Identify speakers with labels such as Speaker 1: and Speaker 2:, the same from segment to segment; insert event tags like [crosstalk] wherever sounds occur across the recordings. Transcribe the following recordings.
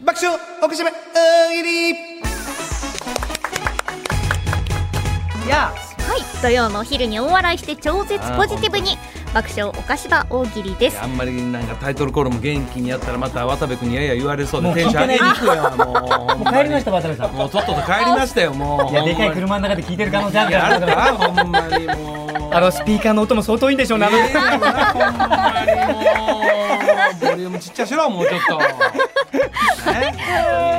Speaker 1: 爆笑おかしめ大喜利や
Speaker 2: はい土曜のお昼に大笑いして超絶ポジティブに爆笑おかしば大喜利です
Speaker 3: あんまりなんかタイトルコールも元気にやったらまた渡部君にやや言われそうで
Speaker 4: もう
Speaker 3: テ
Speaker 4: 聞
Speaker 3: ンション上げ
Speaker 4: いてない
Speaker 3: にくいわもうほんま
Speaker 4: 帰り
Speaker 3: に
Speaker 4: ました渡部さん
Speaker 3: もうとっとと帰りましたよもう
Speaker 4: いやでかい
Speaker 3: ほん
Speaker 4: 車の中で聞いてる可能性あ
Speaker 3: ま
Speaker 4: る
Speaker 3: に
Speaker 4: か
Speaker 3: や
Speaker 4: ら
Speaker 3: るかほんまにもう
Speaker 4: あのスピーカーの音も相当いいんでしょうねあの
Speaker 3: ええよなほんまにもうボリュームちっちゃしろもうちょっと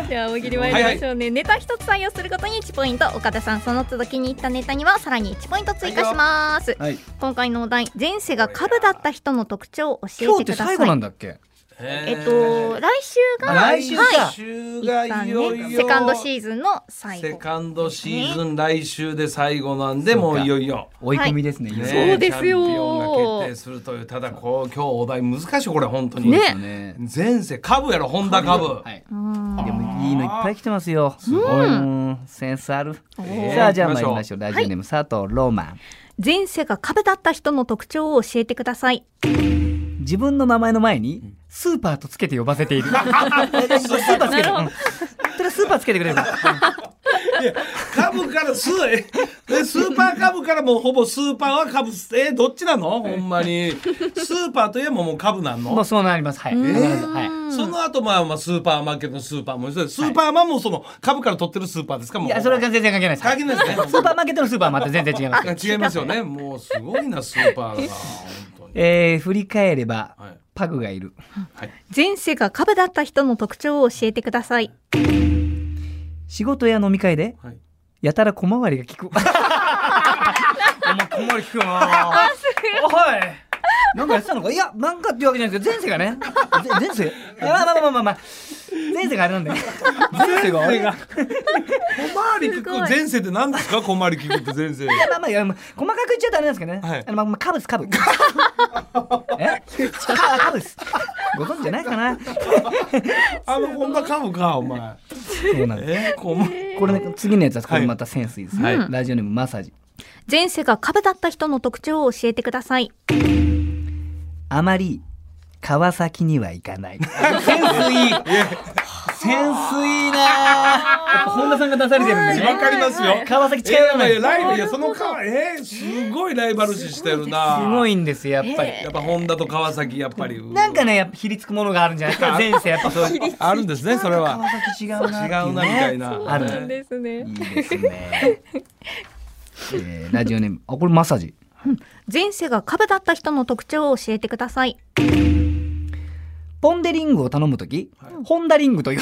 Speaker 2: では大喜利参りましょうね、ネタ一つ採用することに1ポイント岡田さんその都度気に入ったネタにはさらに1ポイント追加します、
Speaker 4: はい
Speaker 2: 今回のお題前世が株だった人の特徴を教
Speaker 4: 今日
Speaker 2: え
Speaker 4: ってて
Speaker 2: ください
Speaker 4: 最後なんだっけ
Speaker 2: えっと来週が
Speaker 4: 来週か
Speaker 2: はい
Speaker 3: 週
Speaker 2: 一
Speaker 3: が
Speaker 2: 旦
Speaker 3: いよい
Speaker 2: ね
Speaker 3: よ
Speaker 2: セカンドシーズンの最
Speaker 3: セ
Speaker 2: 後
Speaker 3: カンドシーズン来週で最後なんでもういよいよ
Speaker 4: 追い込みですね、
Speaker 3: ね
Speaker 2: そうですよ
Speaker 3: チャンピオンが決定するというただこう今日お題難しいこれ本当に
Speaker 2: ね
Speaker 4: ね
Speaker 3: 前世株やろホンダ株
Speaker 4: い、
Speaker 2: うん
Speaker 4: でもいいのいっぱい来てますよす
Speaker 3: ごい
Speaker 4: センスある
Speaker 3: ー
Speaker 4: さあじゃあ参りましょうラジオネーム佐藤ローマン
Speaker 2: 前世が株だった人の特徴を教えてください
Speaker 4: 自分の名前の前にスーパーとつけて呼ばせて [laughs] いるスーパーつけてるうんそれスーパーつけてくれる [laughs]
Speaker 3: 株からスーえスーパー株からもうほぼスーパーは株えどっちなのほんまにスーパーといえばもう株なん
Speaker 4: もう
Speaker 3: の
Speaker 4: そうなりますはい、はい
Speaker 3: その後まあまあスーパーマーケットのスーパーもそうですスーパーマンもその株から取ってるスーパーですかもう
Speaker 4: いやそれは全然関係ないです
Speaker 3: 関係ないですね
Speaker 4: [laughs] スーパーマーケットのスーパーはまた全然違います
Speaker 3: 違いますよねもうすごいなスーパーがな本当に
Speaker 4: えー、振り返れば、
Speaker 3: はい
Speaker 4: パグがいる
Speaker 2: 前世が株だった人の特徴を教えてください
Speaker 4: 仕事や飲み会で
Speaker 3: はい
Speaker 4: やたら小回りが効くお前小回り効くよなおいなんかやってたのかいやなんかっていうわけじゃないですけど前世がねぜ
Speaker 3: [laughs]
Speaker 4: 前世まあまあまあまあまあ前世があれなんだよ前世があれが
Speaker 3: 小回り聞く前世って何ですか小回り聞くって前世
Speaker 4: まあまあいやまあ細かく言っちゃダメなんですけどね、
Speaker 3: はい
Speaker 4: あのまあまあカブスカブ
Speaker 3: [laughs]
Speaker 4: えカカブスご存知じゃないかな
Speaker 3: あのこんな株かお前
Speaker 4: そうなんです
Speaker 3: えこん
Speaker 4: これね次のやつはこ
Speaker 3: は
Speaker 4: れ
Speaker 3: い
Speaker 4: またセンスいいです
Speaker 3: は
Speaker 4: ね、
Speaker 3: い
Speaker 4: ラジオネームマッサージ
Speaker 2: 前世が株だった人の特徴を教えてください
Speaker 4: あまり川崎には行かない。センスいい。センスいいな。本田さんが出されてるんで
Speaker 3: わかりますよ
Speaker 4: 川崎近
Speaker 3: え
Speaker 4: 寄ら
Speaker 3: ー、
Speaker 4: ない。す
Speaker 3: ライバルいやそのかえー、すごいライバル視してるな
Speaker 4: ごいんですよやっぱり。
Speaker 3: やっぱ本田と川崎やっぱり
Speaker 4: なんかねやっぱひりつくものがあるんじゃないですか。前世やっぱそういう。
Speaker 3: あるんですねそれは
Speaker 4: 川崎違うなっ
Speaker 3: 違
Speaker 4: て
Speaker 3: うなみたいな
Speaker 4: ある。
Speaker 3: そう
Speaker 2: ですね
Speaker 4: いいですね。えーラジオネームあこれマッサージ。
Speaker 2: 前世が株だった人の特徴を教えてください
Speaker 4: ポンデリングを頼むとき、ホンダリングという。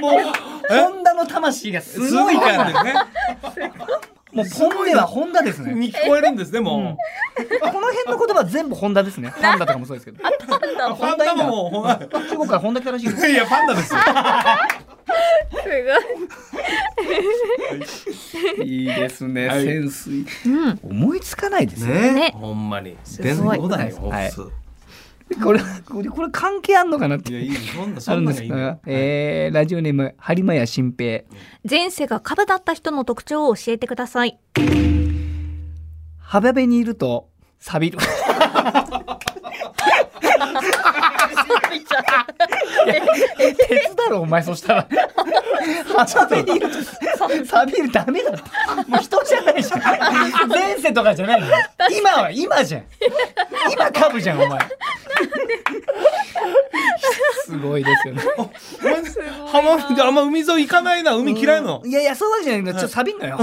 Speaker 3: もう
Speaker 4: ホンダの魂がす
Speaker 3: す
Speaker 4: ご
Speaker 3: ご
Speaker 4: い
Speaker 3: い
Speaker 4: から。
Speaker 3: 感ですね
Speaker 4: もうポンデはホンダですね。
Speaker 3: に聞こえるんですねもう、
Speaker 4: この辺の言葉全部ホンダですね。パンダとかもそうですけど。
Speaker 3: パンダももうほんま
Speaker 4: 中国からホンダ来たらしいです。
Speaker 3: いやパンダですよ
Speaker 2: すご
Speaker 4: いいですね
Speaker 3: はい
Speaker 4: ンスいい
Speaker 2: うん
Speaker 4: 思いつかないですよ。
Speaker 3: ね
Speaker 2: ね
Speaker 3: ほんまに
Speaker 2: ごい
Speaker 3: 伝統だよ、
Speaker 4: はい
Speaker 3: オフ
Speaker 4: [laughs] これこれこれ関係あんのかな
Speaker 3: い
Speaker 4: っ
Speaker 3: やい
Speaker 4: て。
Speaker 3: いそんなそ
Speaker 4: ある
Speaker 3: ん
Speaker 4: ん
Speaker 3: なの
Speaker 4: で
Speaker 3: が
Speaker 4: す
Speaker 3: いいの
Speaker 4: か。えーラジオネーム播磨屋新平。
Speaker 2: 前世が株だった人の特徴を教えてください
Speaker 4: 浜辺にいると錆
Speaker 3: [laughs]
Speaker 4: びる。いや鉄だろお前そしたら。浜辺にいると錆びるダメだって。もう人じゃないじゃん。前世とかじゃないの。今は今じゃん。今株じゃんお前。すごいですよね。
Speaker 3: 浜辺であんま海沿い行かないな海嫌いなの
Speaker 4: いやいやそういうわけじゃないけどちょっと錆びん [laughs] のよ。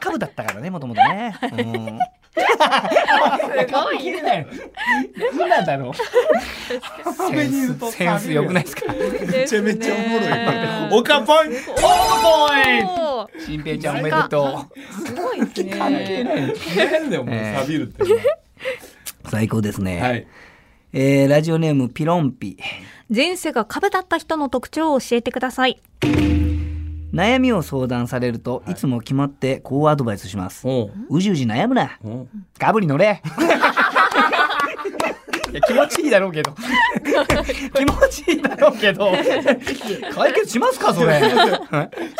Speaker 4: 株だったからねもともとね。うん株切れないの。今だろ。
Speaker 3: 浜辺にいると
Speaker 4: センス良くないですか。
Speaker 2: め
Speaker 3: めちゃめちゃおもろいオカポイント
Speaker 4: おーい。新平ちゃんおめでとう。
Speaker 2: すごいですね
Speaker 3: 変だよもう
Speaker 4: ええ
Speaker 3: 錆びるって
Speaker 4: 最高ですね。
Speaker 3: はい
Speaker 4: えーラジオネームピロンピ。
Speaker 2: 前世が株だった人の特徴を教えてください
Speaker 4: 悩みを相談されると、い、つも決まってこうアドバイスします。
Speaker 3: お
Speaker 4: うじうじ悩むな。
Speaker 3: お
Speaker 4: ガブに乗れ。や気持ち [laughs] いいだろうけ [laughs] ど気持ちいいだろうけど解決しますかそれ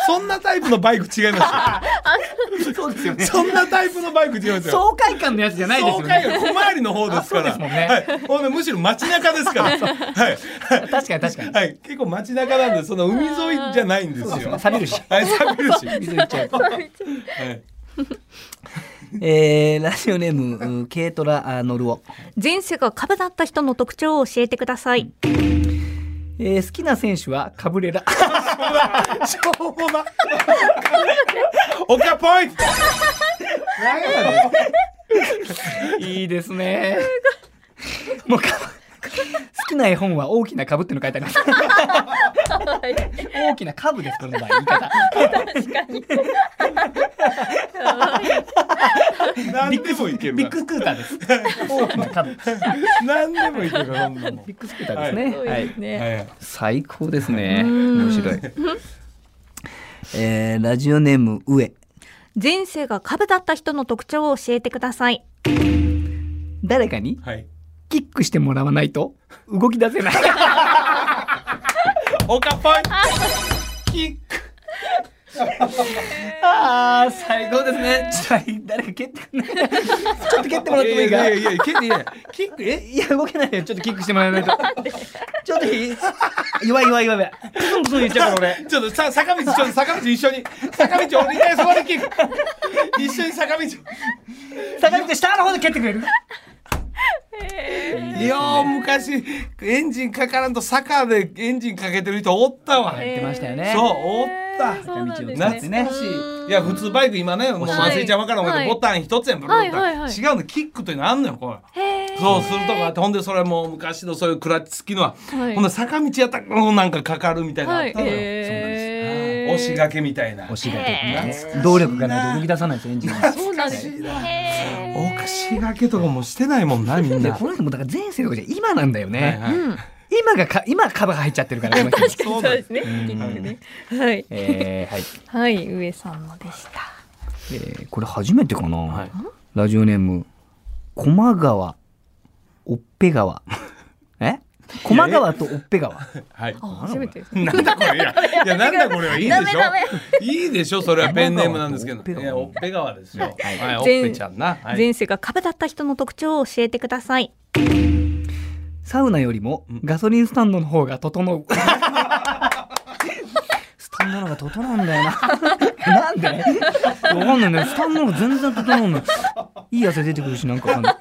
Speaker 3: そんなタイプのバイク違いま
Speaker 4: そうですよね
Speaker 3: すよ。そんなタイプのバイク違いますよ。
Speaker 4: [laughs] 爽快感のやつじゃないですよ
Speaker 3: 爽快
Speaker 4: ね
Speaker 3: 感小回りの方ですから。
Speaker 4: あそうですもんね
Speaker 3: はい。ほんでむしろ街中ですか
Speaker 4: [laughs]
Speaker 3: ら。はい。
Speaker 4: 確かに確かに
Speaker 3: はい。結構街中なんで、その海沿いじゃないんです
Speaker 4: そうです [laughs]
Speaker 3: よ
Speaker 4: ね。錆びるし
Speaker 3: はい、寂るし。
Speaker 4: 水いっちゃう
Speaker 3: はい。
Speaker 4: えー、ラジオネームうん軽トラあノルオ
Speaker 2: 前世が株だった人の特徴を教えてください。
Speaker 4: えー、好きな選手はカブレラ
Speaker 3: しょうもな。オカポイント。何やねん
Speaker 4: [laughs] いいですね [laughs] もうか好きな絵本は大きな株っていうの書いてあり [laughs] ます大きな株ですこの場合言い方
Speaker 3: 何でもいける
Speaker 4: ビ
Speaker 3: な。
Speaker 4: ッグスクーターです大きな株
Speaker 3: 何でもいけるから、ほんなもん
Speaker 4: ビッグスクーターですね、はい
Speaker 2: ね。
Speaker 3: はい。
Speaker 4: 最高ですね面白い [laughs] えー、ラジオネーム上
Speaker 2: 前世が株だった人の特徴を教えてください。
Speaker 4: 誰かに
Speaker 3: はい。
Speaker 4: キックしてもらわないと動き出せない
Speaker 3: オカポイント。
Speaker 4: [laughs] あー最高ですねちょっと誰か蹴ってくんないちょっと蹴ってもらってもいいか
Speaker 3: いやいやいや、
Speaker 4: いやキックえいや動けないよちょっとキックしてもらわないと [laughs] ちょっといい弱い弱い弱いクスンクスン言っちゃうから俺
Speaker 3: ちょっとさ坂道ちょっと坂道一緒に坂道折り返すまでキック一緒に坂道
Speaker 4: 坂道下の方で蹴ってく [laughs] れる
Speaker 3: いやー昔エンジンかからんと坂でエンジンかけてる人おったわ、
Speaker 4: 言ってましたよね
Speaker 3: そう
Speaker 4: う
Speaker 3: おった、
Speaker 2: そうなんです
Speaker 4: な
Speaker 2: ね
Speaker 4: んですね
Speaker 3: 懐かしいいや普通バイク今ねもう
Speaker 4: はい
Speaker 3: 松井ちゃん分からんけど、
Speaker 2: はい
Speaker 3: ボタン一つやんブル
Speaker 2: はい
Speaker 3: ーボタン、
Speaker 2: はいはい
Speaker 3: 違うのキックというのあんのよこれ。
Speaker 2: へー
Speaker 3: そうするとかあってほんでそれもう昔のそういうクラッチ付きのは、
Speaker 2: はい
Speaker 3: ほんで坂道やったらうんなんかかかるみたいなのあ
Speaker 2: は
Speaker 3: っ
Speaker 2: い。
Speaker 3: たのよ、
Speaker 2: へー
Speaker 3: 押し掛けみたいな
Speaker 4: 押し掛け、
Speaker 2: へ
Speaker 3: ー
Speaker 4: 動力がないと動き出さないですよエンジンが
Speaker 2: そうなんです。へー
Speaker 3: おかし掛けとかもしてないもんなみん [laughs]
Speaker 4: で
Speaker 3: な。
Speaker 4: この人もだから前世とかじゃ今なんだよね、
Speaker 3: はいはい
Speaker 4: 今がか今カバが入っちゃってるから今
Speaker 2: 確かに
Speaker 3: そ
Speaker 2: そうう
Speaker 3: なん
Speaker 2: で
Speaker 3: です
Speaker 2: すね。ピンクね。はい。
Speaker 4: えー、はい、
Speaker 2: はい、上さんのでした。
Speaker 4: えー、これ初めてかな、
Speaker 3: はい
Speaker 4: ラジオネーム駒川おっぺ [laughs] 川え駒川とおっぺ川
Speaker 3: はい。
Speaker 2: あ、初めてですね。
Speaker 3: なんだこれいや、 [laughs] いやなんだこれはいいでし
Speaker 2: ダメダメ
Speaker 3: ょ。いいでしょそれはペンネームなんですけど。
Speaker 4: ペンネーム
Speaker 3: いやおっぺ川ですよ。はい、おっ
Speaker 2: 全
Speaker 3: ぺちゃんな。はい
Speaker 2: 前世が株だった人の特徴を教えてください。
Speaker 4: サウナよりもガソリンスタンドの方が整う [laughs] スタンドの方が整うんだよな [laughs] なんでわかんないねスタンドの方が全然整うのいい汗出てくるしなんかわかんない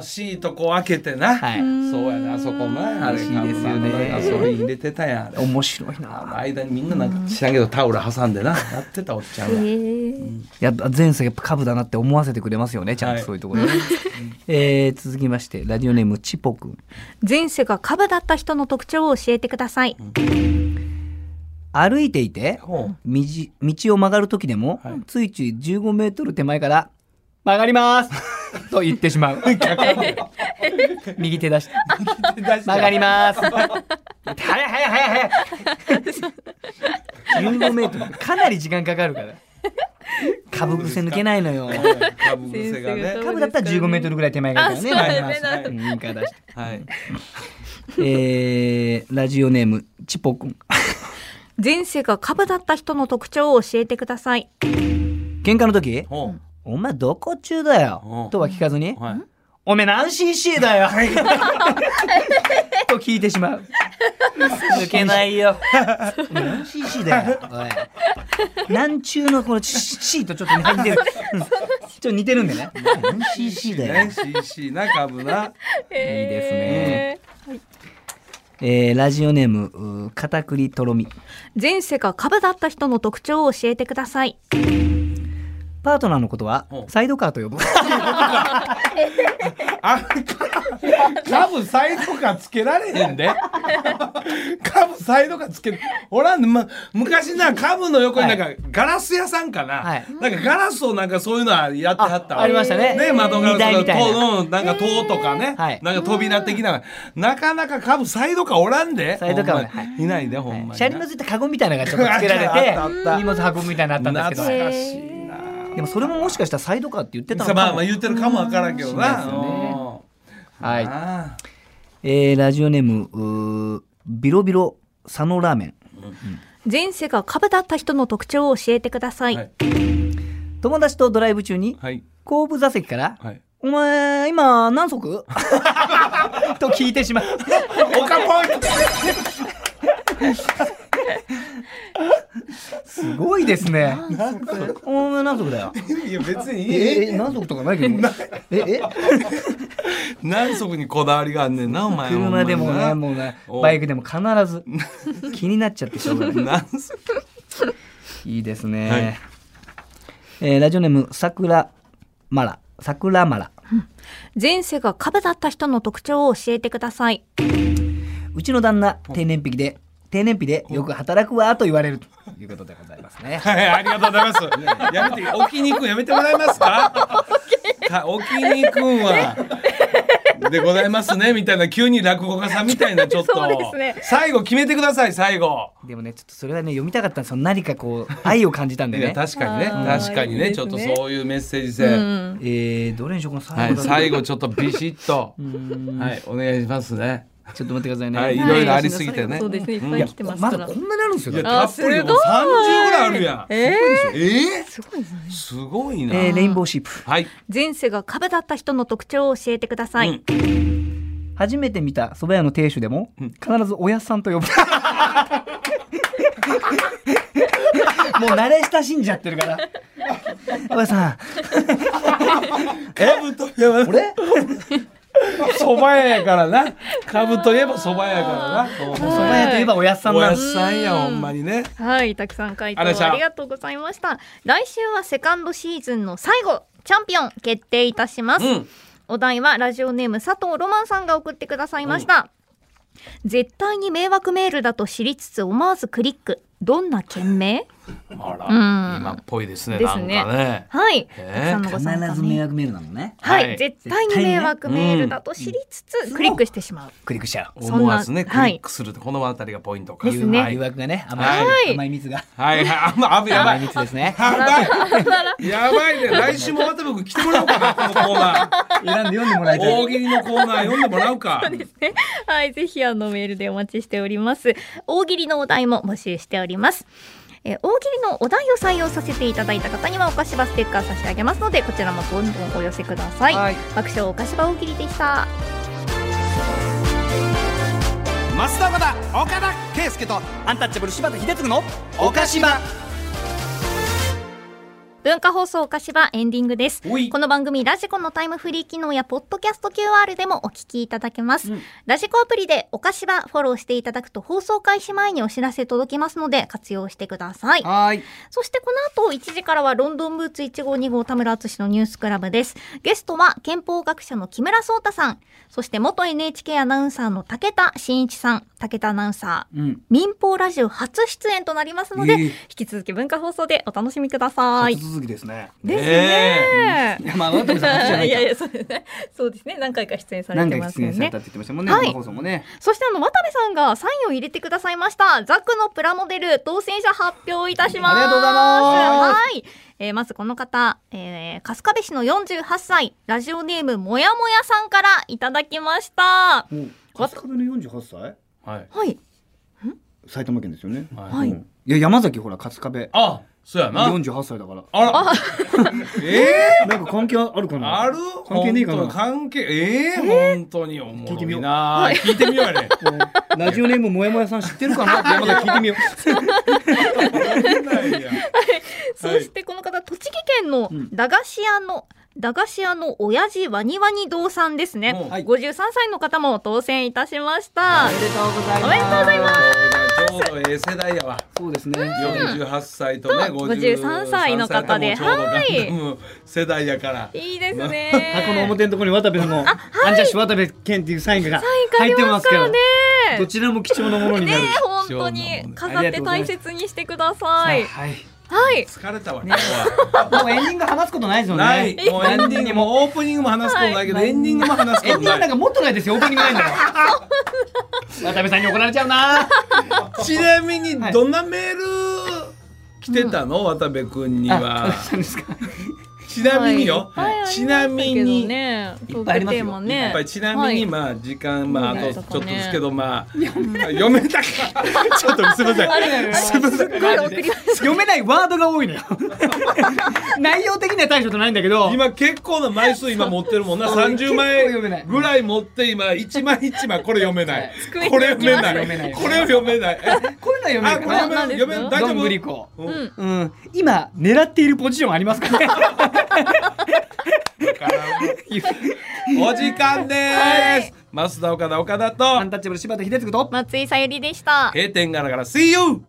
Speaker 3: 惜しいとこ開けてな。
Speaker 4: はい
Speaker 3: そうやなあそこなあれ
Speaker 4: 惜しいですよ
Speaker 3: 看
Speaker 4: ね
Speaker 3: 板がガソリン入れてたやんあれ。
Speaker 4: 面白いな
Speaker 3: 間にみんななんか知らんけどタオル挟んでなやってたおっちゃんが。
Speaker 4: やっぱ前世やっぱ株だなって思わせてくれますよねちゃん
Speaker 3: は
Speaker 4: と
Speaker 3: い
Speaker 4: そういうところで、えー続きましてラジオネームちぽくん
Speaker 2: 前世が株だった人の特徴を教えてください。
Speaker 4: 歩いていて
Speaker 3: ほ
Speaker 4: [laughs]
Speaker 3: う
Speaker 4: みじ道を曲がる時でも、
Speaker 3: はい
Speaker 4: ついつい15メートル手前から「曲がります」 [laughs] と言ってしまう右手出して
Speaker 3: 出し
Speaker 4: 「
Speaker 3: た
Speaker 4: 曲がります」早い早い早い早い15メートルかなり時間かかる [laughs] から株癖抜けないのよ
Speaker 3: はい株癖がね。
Speaker 4: 株だったら15メートルぐらい手前からね
Speaker 2: あそう
Speaker 3: ですね
Speaker 4: 曲がりますうん右から出して
Speaker 3: はい。
Speaker 4: [laughs] えー、ラジオネームちぽくん
Speaker 2: 前世が株だった人の特徴を教えてください。
Speaker 4: 喧嘩の時
Speaker 3: ほう
Speaker 4: 「お前どこ中だ
Speaker 3: う
Speaker 4: よ
Speaker 3: ん」
Speaker 4: とは聞かずに「
Speaker 3: はい。
Speaker 4: おめえ何 cc だよと聞いてしまう。 [laughs] 抜けないよ。お前何 cc だよ。おい。何中のこの c とちょっと似 [laughs] てる。うんちょっと似てるんでね。何 cc だよ
Speaker 3: ね。CC な株な。
Speaker 4: いいですね。えー、ラジオネームうー片栗とろみ。
Speaker 2: 前世が株だった人の特徴を教えてください。
Speaker 4: パートナーのことは
Speaker 3: うん
Speaker 4: サイドカーと呼ぶ。
Speaker 3: あれか株サイドカーつけられへんで株サイドカーつけるおらんで、ま、昔な株の横になんか、ガラス屋さんかな、
Speaker 4: はい
Speaker 3: なんかガラスをなんかそういうのはやってはったわ
Speaker 4: あありましたね
Speaker 3: ね窓ガ
Speaker 4: 荷台
Speaker 3: ラス
Speaker 4: み
Speaker 3: と
Speaker 4: た
Speaker 3: か
Speaker 4: いな
Speaker 3: 塔うんなんか塔とかね、
Speaker 4: はい
Speaker 3: なんか扉的ななかなか株サイドカーおらんで
Speaker 4: サイドカーはね
Speaker 3: ほんまにいないでほんまにな、
Speaker 4: 車輪のついたカゴみたいなのがちょっとつけら
Speaker 3: [laughs]
Speaker 4: れて
Speaker 3: あったあったあった
Speaker 4: 荷物運ぶみたいなのあったんですけ
Speaker 3: 懐かしいな
Speaker 4: どでもそれももしかしたらサイドカーって言ってた
Speaker 3: まあ
Speaker 4: のか
Speaker 3: まあ
Speaker 4: も
Speaker 3: 言ってるかもわからんけどな、
Speaker 4: そうですよね
Speaker 3: うん
Speaker 4: はい。
Speaker 3: あ
Speaker 4: えーラジオネームうービロビロ佐野ラーメン
Speaker 2: 前世がカブだった人の特徴を教えてください。
Speaker 3: はい
Speaker 4: 友達とドライブ中に
Speaker 3: ーはい
Speaker 4: 後部座席から「
Speaker 3: はい
Speaker 4: お前今何足? 」 [laughs] と聞いてしまう
Speaker 3: おかぽい
Speaker 4: すごいですねお前何足だよ
Speaker 3: いや別に
Speaker 4: え
Speaker 3: え
Speaker 4: え何足とかないけどええ
Speaker 3: 何足にこだわりがあんねんなお前
Speaker 4: 車でも
Speaker 3: ほん
Speaker 4: ね
Speaker 3: まに
Speaker 4: もうね
Speaker 3: お
Speaker 4: バイクでも必
Speaker 3: [laughs]
Speaker 4: ず気になっちゃってしょうがない
Speaker 3: 何足
Speaker 4: いいですね、
Speaker 3: はい
Speaker 4: えーラジオネーム桜マラ桜マラ
Speaker 2: 前世がカブだった人の特徴を教えてください。
Speaker 4: うちの旦那定年日で定年日でよく働くわと言われるということでございますね
Speaker 3: はいありがとうございますやめておきにくんやめてもらえますか [laughs] かおきにくんはでございますねみたいな急に落語家さんみたいなちょっと
Speaker 2: そうですね
Speaker 3: 最後決めてください最後
Speaker 4: でもねちょっとそれはね読みたかったんですよ何かこう愛を感じたんで
Speaker 3: いや
Speaker 4: ね
Speaker 3: 確かにね
Speaker 2: あー
Speaker 3: 確かにね
Speaker 2: いいで
Speaker 3: ち
Speaker 2: す
Speaker 3: ょっ
Speaker 2: ね
Speaker 3: とそういうメッセージ
Speaker 2: う
Speaker 3: 性、
Speaker 2: ん。
Speaker 4: えー、どれにしようか
Speaker 3: は
Speaker 4: な最後
Speaker 3: い、
Speaker 4: だな
Speaker 3: 最後ちょっとビシッと
Speaker 4: うーん
Speaker 3: はいお願いしますね
Speaker 4: ちょっと待ってくださいね、
Speaker 3: はいい
Speaker 2: ろいろ
Speaker 3: ありすぎてね
Speaker 2: そうですね、いっぱい来てます
Speaker 4: ま
Speaker 2: か
Speaker 4: だ
Speaker 2: ら。
Speaker 4: こんなにあるんですよ
Speaker 3: いや
Speaker 4: だって
Speaker 3: たっぷりでもう30ぐらいあるやん
Speaker 2: えー
Speaker 3: え
Speaker 2: すごいですね
Speaker 3: ー、すごいな、
Speaker 4: えーレインボーシープ
Speaker 3: はい、
Speaker 2: 前世がカブだった人の特徴を教えてください。
Speaker 3: うん
Speaker 4: 初めて見た蕎麦屋の亭主でも、必ずおやっさんと呼ぶ。もう慣れ親しんじゃってるから。おやさん、
Speaker 3: カブといえば
Speaker 4: 俺
Speaker 3: 蕎麦屋やからなカブといえば蕎麦屋やからな
Speaker 4: 蕎麦屋といえばおやっさん
Speaker 3: お
Speaker 4: な
Speaker 3: や
Speaker 4: ん
Speaker 3: っ
Speaker 4: です。
Speaker 3: さんやほんまにね
Speaker 2: はい、たくさん回答
Speaker 3: ありがとうございました
Speaker 2: ありがとうございました。来週はセカンドシーズンの最後、チャンピオン決定いたします。
Speaker 3: うん
Speaker 2: お題はラジオネーム佐藤ロマンさんが送ってくださいました。絶対に迷惑メールだと知りつつ思わずクリック。どんな件名
Speaker 3: あら、
Speaker 2: うん
Speaker 3: 今っぽいですね
Speaker 2: ですね
Speaker 3: なんかね
Speaker 2: はい、た
Speaker 3: へ
Speaker 2: く
Speaker 3: ー
Speaker 2: さんのご参加
Speaker 4: 必ず迷
Speaker 2: ね。
Speaker 4: 惑メールなのね。
Speaker 2: は
Speaker 3: はい
Speaker 2: い、絶対に迷惑メールだと知りつつ、クリックしてしまう。
Speaker 4: クリックしちゃう。
Speaker 2: そんな
Speaker 3: 思わずねクリ
Speaker 2: はい
Speaker 3: ックするとこのあたりがポイントか
Speaker 2: ですね
Speaker 3: はい
Speaker 4: 誘惑がね、甘い,、
Speaker 3: はい
Speaker 4: 甘い蜜が。
Speaker 3: [laughs] はいはいあんまあぶやば
Speaker 4: 甘
Speaker 3: い
Speaker 4: い蜜ですね。
Speaker 3: やばいやばいね来週もまた僕来てもらおうかなこのコー [laughs] ナ
Speaker 4: 選んで読んでもらい
Speaker 3: ー
Speaker 4: た
Speaker 3: 大
Speaker 4: い。
Speaker 3: 喜利のコーナー読んでもらうか
Speaker 2: はい、ぜひあのメールでお待ちしております。大喜利のお題も募集しております。えー大喜利のお題を採用させていただいた方にはお菓子場ステッカー差し上げますのでこちらもどんどんお寄せください、
Speaker 4: はい
Speaker 2: 爆笑お菓子場大喜利でした
Speaker 1: 増田岡田岡田圭介と
Speaker 4: アンタッチャブル柴田秀嗣のおかしば。
Speaker 2: 文化放送お菓子場エンディングです
Speaker 3: おい
Speaker 2: この番組ラジコのタイムフリー機能やポッドキャスト QR でもお聞きいただけます、ラジコアプリでお菓子場フォローしていただくと放送開始前にお知らせ届きますので活用してください
Speaker 4: はい。
Speaker 2: そしてこの後1時からはロンドンブーツ1号2号田村敦のニュースクラブです。ゲストは憲法学者の木村聡太さん、そして元 NHK アナウンサーの武田真一さん、武田アナウンサー、
Speaker 4: うん。
Speaker 2: 民放ラジオ初出演となりますので、
Speaker 4: ええ
Speaker 2: 引き続き文化放送でお楽しみください。
Speaker 4: 初続きですね。
Speaker 2: です
Speaker 3: ね
Speaker 2: ね。
Speaker 4: いや、まあ、アンタッチャブル初じゃな
Speaker 2: [laughs]
Speaker 4: い
Speaker 2: い
Speaker 4: か
Speaker 2: やいやそうですね。そうですね。何回か出演され
Speaker 4: 何
Speaker 2: て
Speaker 4: 回
Speaker 2: ま
Speaker 4: か
Speaker 2: す
Speaker 4: 出
Speaker 2: よ
Speaker 4: 演され
Speaker 2: ね
Speaker 4: た。って言ってましたもんね、
Speaker 2: はい
Speaker 4: 生放送もね。
Speaker 2: そしてあの渡部さんがサインを入れてくださいましたザクのプラモデル当選者発表いたします
Speaker 4: ありがとうございます
Speaker 2: はい、えー、まずこの方、えー、春日部市の48歳ラジオネームもやもやさんからいただきました
Speaker 5: もう春日部の48歳
Speaker 3: はい
Speaker 2: はい
Speaker 5: 埼玉県ですよね、
Speaker 3: はい
Speaker 2: はい
Speaker 5: うんいや山崎ほら春日部
Speaker 3: あそうやな
Speaker 5: 48歳だから
Speaker 3: あら [laughs] ええ
Speaker 5: なんか関係あるかな
Speaker 3: ある
Speaker 5: 関係ねえかな
Speaker 3: 本当関係ええ本当におもろいな聞いてみようやね
Speaker 5: うんラジオネームもやもやさん知ってるかなって山崎聞いてみよ
Speaker 2: そしてこの方、栃木県の駄菓子屋の、駄菓子屋の親父ワニワニ堂さんですね
Speaker 3: もうは。
Speaker 2: 53歳の方も当選いたしました。おめでとうございます。おめでとうございます。
Speaker 3: ちょうどええ世代やわ
Speaker 4: そうですね。
Speaker 3: 48歳とね
Speaker 2: そう53歳の方で
Speaker 3: 53歳ともちょうどガ
Speaker 2: はい
Speaker 3: ンダム世代やから
Speaker 2: いいですね。
Speaker 5: う
Speaker 4: [laughs]
Speaker 5: 箱の表のところに渡部の「アンジャッシュ渡部健」っていうサインが
Speaker 2: 書
Speaker 5: 入
Speaker 2: い
Speaker 5: って
Speaker 2: て
Speaker 5: ま
Speaker 2: ますす
Speaker 5: か
Speaker 2: かららね。
Speaker 5: どちらも貴重なものに
Speaker 2: ね
Speaker 5: なる、
Speaker 2: え本当に飾って大切にしてください。
Speaker 4: はい。
Speaker 2: はい。
Speaker 3: 疲れたわ今日は
Speaker 4: もうエンディング話すことないですよね。
Speaker 3: ないもうエンディングもオープニングも話すことないけどエンディングも話すこ
Speaker 4: エ
Speaker 3: と
Speaker 4: ンディングな
Speaker 3: なんい
Speaker 4: かもっとないですよ、オープニングないんだから。 [laughs] 渡部さんに怒られちゃうな。
Speaker 3: [laughs] ちなみにどんなメール来てたの渡部君には
Speaker 4: そうですか。
Speaker 3: ちなみによ、
Speaker 2: はい
Speaker 3: ちなみに、い
Speaker 2: いっぱいありましたけどね
Speaker 6: いっぱいありますよ
Speaker 2: トークテーマね
Speaker 3: っぱいちなみに、まあ時間まああ
Speaker 2: うん
Speaker 3: とちょっとですけどまあ読めたかちょっとすみません
Speaker 2: [laughs]
Speaker 3: すみません
Speaker 2: はいこれ送りました
Speaker 4: [laughs] 読めないワードが多 [laughs] いのよ内容的には大したことないんだけど
Speaker 3: 今結構な枚数今持ってるもんな30
Speaker 4: 結構読めな
Speaker 3: 枚
Speaker 4: い
Speaker 3: ぐらい持って今一枚一枚これ読めない
Speaker 2: 机に
Speaker 3: これ読めな
Speaker 4: 読めない
Speaker 3: いこれを読めないえ
Speaker 4: こういうのは読め
Speaker 3: あ
Speaker 4: る
Speaker 3: こ
Speaker 2: な
Speaker 3: れ読め
Speaker 4: から
Speaker 3: ない
Speaker 2: んです
Speaker 3: 読めない大丈
Speaker 4: どんぶり
Speaker 3: 夫
Speaker 4: こ
Speaker 3: うん
Speaker 2: うん
Speaker 4: うん今狙っているポジションありますか [laughs] ね
Speaker 3: お時間です増田岡田岡田と
Speaker 4: アンタッチャブル柴田秀嗣と
Speaker 2: 松井さゆりでした
Speaker 3: 閉店ガラガラ水曜